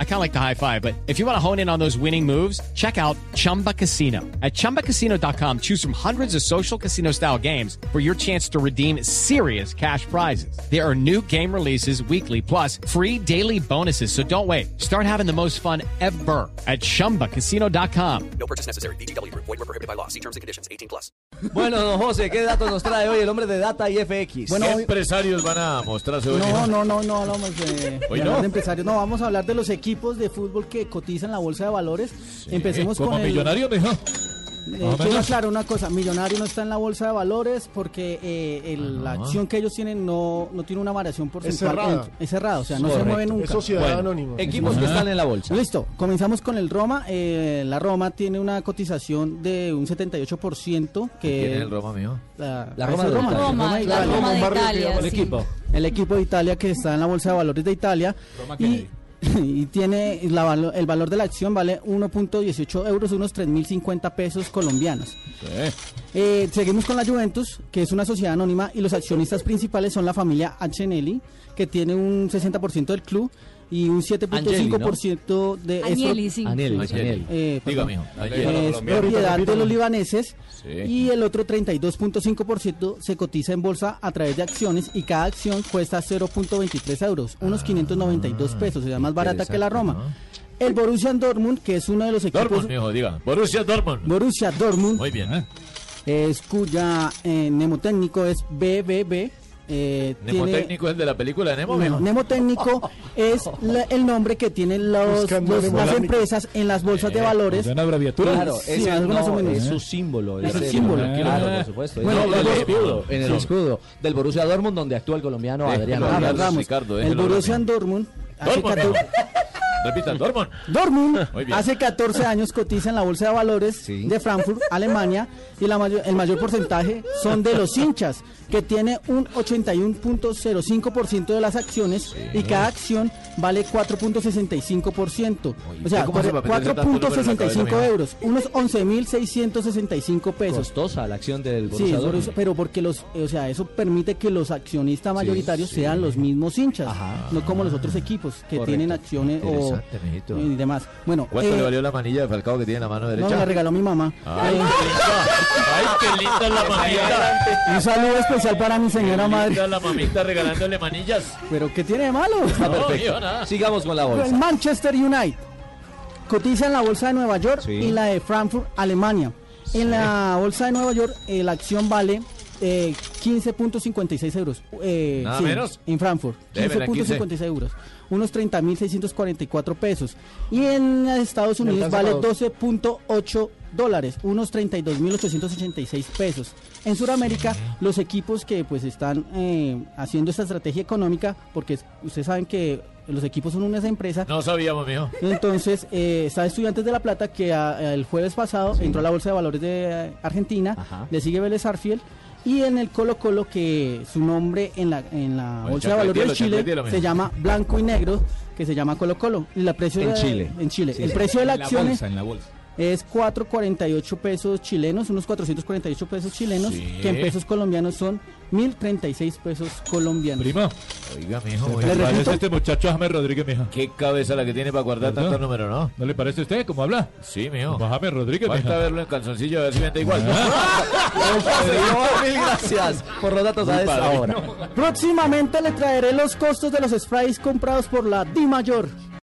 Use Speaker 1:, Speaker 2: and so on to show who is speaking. Speaker 1: I kind of like the high five, but if you want to hone in on those winning moves, check out Chumba Casino. At chumbacasino.com, choose from hundreds of social casino style games for your chance to redeem serious cash prizes. There are new game releases weekly, plus free daily bonuses. So don't wait. Start having the most fun ever at chumbacasino.com.
Speaker 2: No purchase necessary. BGW. Void were prohibited by law. See terms and conditions. 18 plus.
Speaker 3: Bueno, don José, ¿qué datos nos trae hoy el hombre de Data y FX?
Speaker 4: ¿Qué
Speaker 5: Bueno, hoy-
Speaker 4: empresarios van a mostrarse hoy?
Speaker 5: no, no, no, no hablamos de,
Speaker 4: Hoy
Speaker 5: de
Speaker 4: no.
Speaker 5: hablar de empresarios. No, vamos a hablar de los equipos de fútbol que cotizan la bolsa de valores. Empecemos
Speaker 4: ¿Como
Speaker 5: con el-
Speaker 4: millonario, mijo?
Speaker 5: eh,
Speaker 4: o
Speaker 5: quiero
Speaker 4: menos.
Speaker 5: aclarar una cosa. Millonario no está en la bolsa de valores porque eh,
Speaker 4: Ah,
Speaker 5: el- la acción que ellos tienen no, no tiene una variación porcentual.
Speaker 6: cerrada.
Speaker 5: dentro. Es cerrada, o sea, no se mueve nunca.
Speaker 6: Es sociedad anónima.
Speaker 3: Equipos que están en la bolsa.
Speaker 5: Listo, comenzamos con el Roma. Eh, la Roma tiene una cotización de un 78%. Que
Speaker 3: Eh,
Speaker 4: ¿Quién es el Roma, mijo?
Speaker 5: La,
Speaker 3: La
Speaker 5: ah,
Speaker 3: Roma
Speaker 5: es el
Speaker 3: de
Speaker 5: Roma, la
Speaker 3: Italia.
Speaker 7: Roma,
Speaker 5: Roma de
Speaker 7: la
Speaker 5: Italia.
Speaker 7: Roma de
Speaker 6: Un barrio que
Speaker 7: Italia.
Speaker 6: llama
Speaker 3: El
Speaker 7: sí.
Speaker 3: equipo.
Speaker 5: el equipo de Italia que está en la bolsa de valores de Italia y, y tiene la valo- el valor de la acción vale 1.18 euros, unos 3.050 pesos colombianos. Eh, seguimos con la Juventus, que es una sociedad anónima y los accionistas principales son la familia Ancenelli, que tiene un 60% del club y un 7.5% de
Speaker 7: Agnelli,
Speaker 5: esto-
Speaker 7: sí.
Speaker 3: Anel, Anel.
Speaker 5: eh,
Speaker 4: Diga,
Speaker 5: perdón,
Speaker 4: mijo. Ahí
Speaker 5: es
Speaker 4: está la colombiana.
Speaker 5: propiedad de
Speaker 6: Repítalo.
Speaker 5: los libaneses
Speaker 4: Sí.
Speaker 5: y el otro 32.5% se cotiza en bolsa a través de acciones y cada acción cuesta 0.23 euros,
Speaker 4: Ah,
Speaker 5: unos 592 pesos, o sea, más barata que la Roma. El Borussia Dortmund, que es uno de los equipos...
Speaker 4: Dortmund, mijo, diga. Borussia Dortmund.
Speaker 5: Borussia Dortmund,
Speaker 4: Muy
Speaker 3: ah,
Speaker 4: bien.
Speaker 5: es cuya eh, mnemotécnico es BBB. Eh, tiene-
Speaker 4: Nemotécnico es el de la película de Nemo,
Speaker 5: No,
Speaker 4: mijo.
Speaker 5: mnemotécnico es la- el nombre que tienen los,
Speaker 6: Buscando
Speaker 5: los- las
Speaker 6: mnemotécnico.
Speaker 5: empresas en las bolsas
Speaker 4: Eh,
Speaker 5: de valores.
Speaker 4: ¿Es una abreviatura?
Speaker 5: Claro,
Speaker 3: Claro,
Speaker 5: sí,
Speaker 3: es, el,
Speaker 5: algo más o
Speaker 3: no,
Speaker 5: menos.
Speaker 3: es su símbolo. Ah.
Speaker 5: Es
Speaker 3: el
Speaker 5: el símbolo.
Speaker 3: Claro, por supuesto.
Speaker 4: Bueno,
Speaker 3: en, el,
Speaker 4: el
Speaker 3: escudo,
Speaker 4: escudo.
Speaker 3: en el escudo del Borussia Dortmund, donde actúa el colombiano
Speaker 4: Sí,
Speaker 3: Adrián
Speaker 4: claro.
Speaker 3: Ramos.
Speaker 5: Ahora, Ramos,
Speaker 4: Ricardo,
Speaker 5: el
Speaker 4: déjelo
Speaker 5: Borussia
Speaker 4: dormir.
Speaker 5: Dortmund.
Speaker 3: Ah,
Speaker 5: hace
Speaker 4: Dortmund,
Speaker 5: 14
Speaker 4: mijo. Repita, Dortmund.
Speaker 5: Dortmund
Speaker 4: Muy bien.
Speaker 5: hace 14 años cotiza en la bolsa de valores de Frankfurt, Alemania, y la mayor- el mayor porcentaje son de los hinchas, que tiene un 81.05% de las acciones y cada acción vale 4.65%. O sea,
Speaker 4: ¿cómo se va a meter ese tanto número en la cabeza,
Speaker 5: 4.65
Speaker 4: mijo?
Speaker 5: euros, unos 11.665 pesos.
Speaker 3: Costosa la acción del
Speaker 5: Sí,
Speaker 3: Borussia
Speaker 5: eso-
Speaker 3: Dortmund.
Speaker 5: eso- pero porque los, eh, o sea, eso permite que los accionistas mayoritarios sean los mismos hinchas, no como los otros equipos que
Speaker 3: Correcto.
Speaker 5: tienen acciones o
Speaker 4: Interesante, mijito.
Speaker 5: y demás. Bueno,
Speaker 4: ¿Cuánto
Speaker 5: eh,
Speaker 4: le valió la manilla de Falcao que tiene en la mano
Speaker 5: no
Speaker 4: derecha? Ah.
Speaker 5: me la regaló mi mamá.
Speaker 4: Ay,
Speaker 5: Eh,
Speaker 4: qué linda. Ay, qué linda la manilla.
Speaker 5: un saludo especial para mi señora madre.
Speaker 4: Linda la mamita regalándole manillas.
Speaker 5: Pero qué tiene de malo?
Speaker 3: Está
Speaker 4: No,
Speaker 3: Ah, perfecto.
Speaker 4: mijo, nada.
Speaker 3: Sigamos con la
Speaker 5: El
Speaker 3: bolsa.
Speaker 5: Manchester United cotiza en la bolsa de Nueva York
Speaker 3: Sí.
Speaker 5: y la de Frankfurt, Alemania. En la bolsa de Nueva York, eh, la acción vale eh, 15.56 euros. Eh,
Speaker 4: Nada menos.
Speaker 5: En Frankfurt,
Speaker 4: Démela,
Speaker 5: 15.56 euros. Unos 30.644 pesos. Y en Estados Unidos vale 12.8 dólares, unos 32.886 pesos. En Sudamérica, los equipos que pues están eh, haciendo esta estrategia económica, porque es- ustedes saben que los equipos son unas empresas,
Speaker 4: No sabíamos, mijo.
Speaker 5: entonces, eh, está Estudiantes de la Plata que a- el jueves pasado entró a la Bolsa de Valores de eh, Argentina,
Speaker 3: Ajá.
Speaker 5: le sigue Vélez Arfiel. Y en el Colo Colo, que su nombre en la, en la
Speaker 4: Bueno,
Speaker 5: Bolsa de Valores de
Speaker 4: chancletielo,
Speaker 5: Chile
Speaker 4: chancletielo, mijo.
Speaker 5: se llama Blanco y Negro, que se llama Colo Colo. Y la precio
Speaker 3: En
Speaker 5: de-
Speaker 3: Chile.
Speaker 5: En Chile.
Speaker 3: Sí,
Speaker 5: el
Speaker 3: sí.
Speaker 5: precio de la, acción es-
Speaker 4: la bolsa.
Speaker 5: es 4.48 pesos chilenos, unos 448 pesos chilenos,
Speaker 4: Sí.
Speaker 5: que en pesos colombianos son 1.036 pesos colombianos.
Speaker 8: Primo,
Speaker 4: Oiga, mijo.
Speaker 5: ¿Le
Speaker 4: oiga.
Speaker 8: ¿le
Speaker 5: repito?
Speaker 8: parece este muchacho a James Rodríguez, mija?
Speaker 4: Qué cabeza la que tiene para guardar
Speaker 8: ¿Verdad?
Speaker 4: tantos números, ¿no?
Speaker 8: ¿No le parece a usted cómo habla?
Speaker 4: Sí, mijo.
Speaker 8: Como a James Rodríguez,
Speaker 4: Basta
Speaker 8: mija.
Speaker 4: verlo en calzoncillo a ver si vende igual.
Speaker 3: Mil gracias por los datos a esta hora.
Speaker 5: Próximamente le traeré los costos de los sprays comprados por la Di Mayor.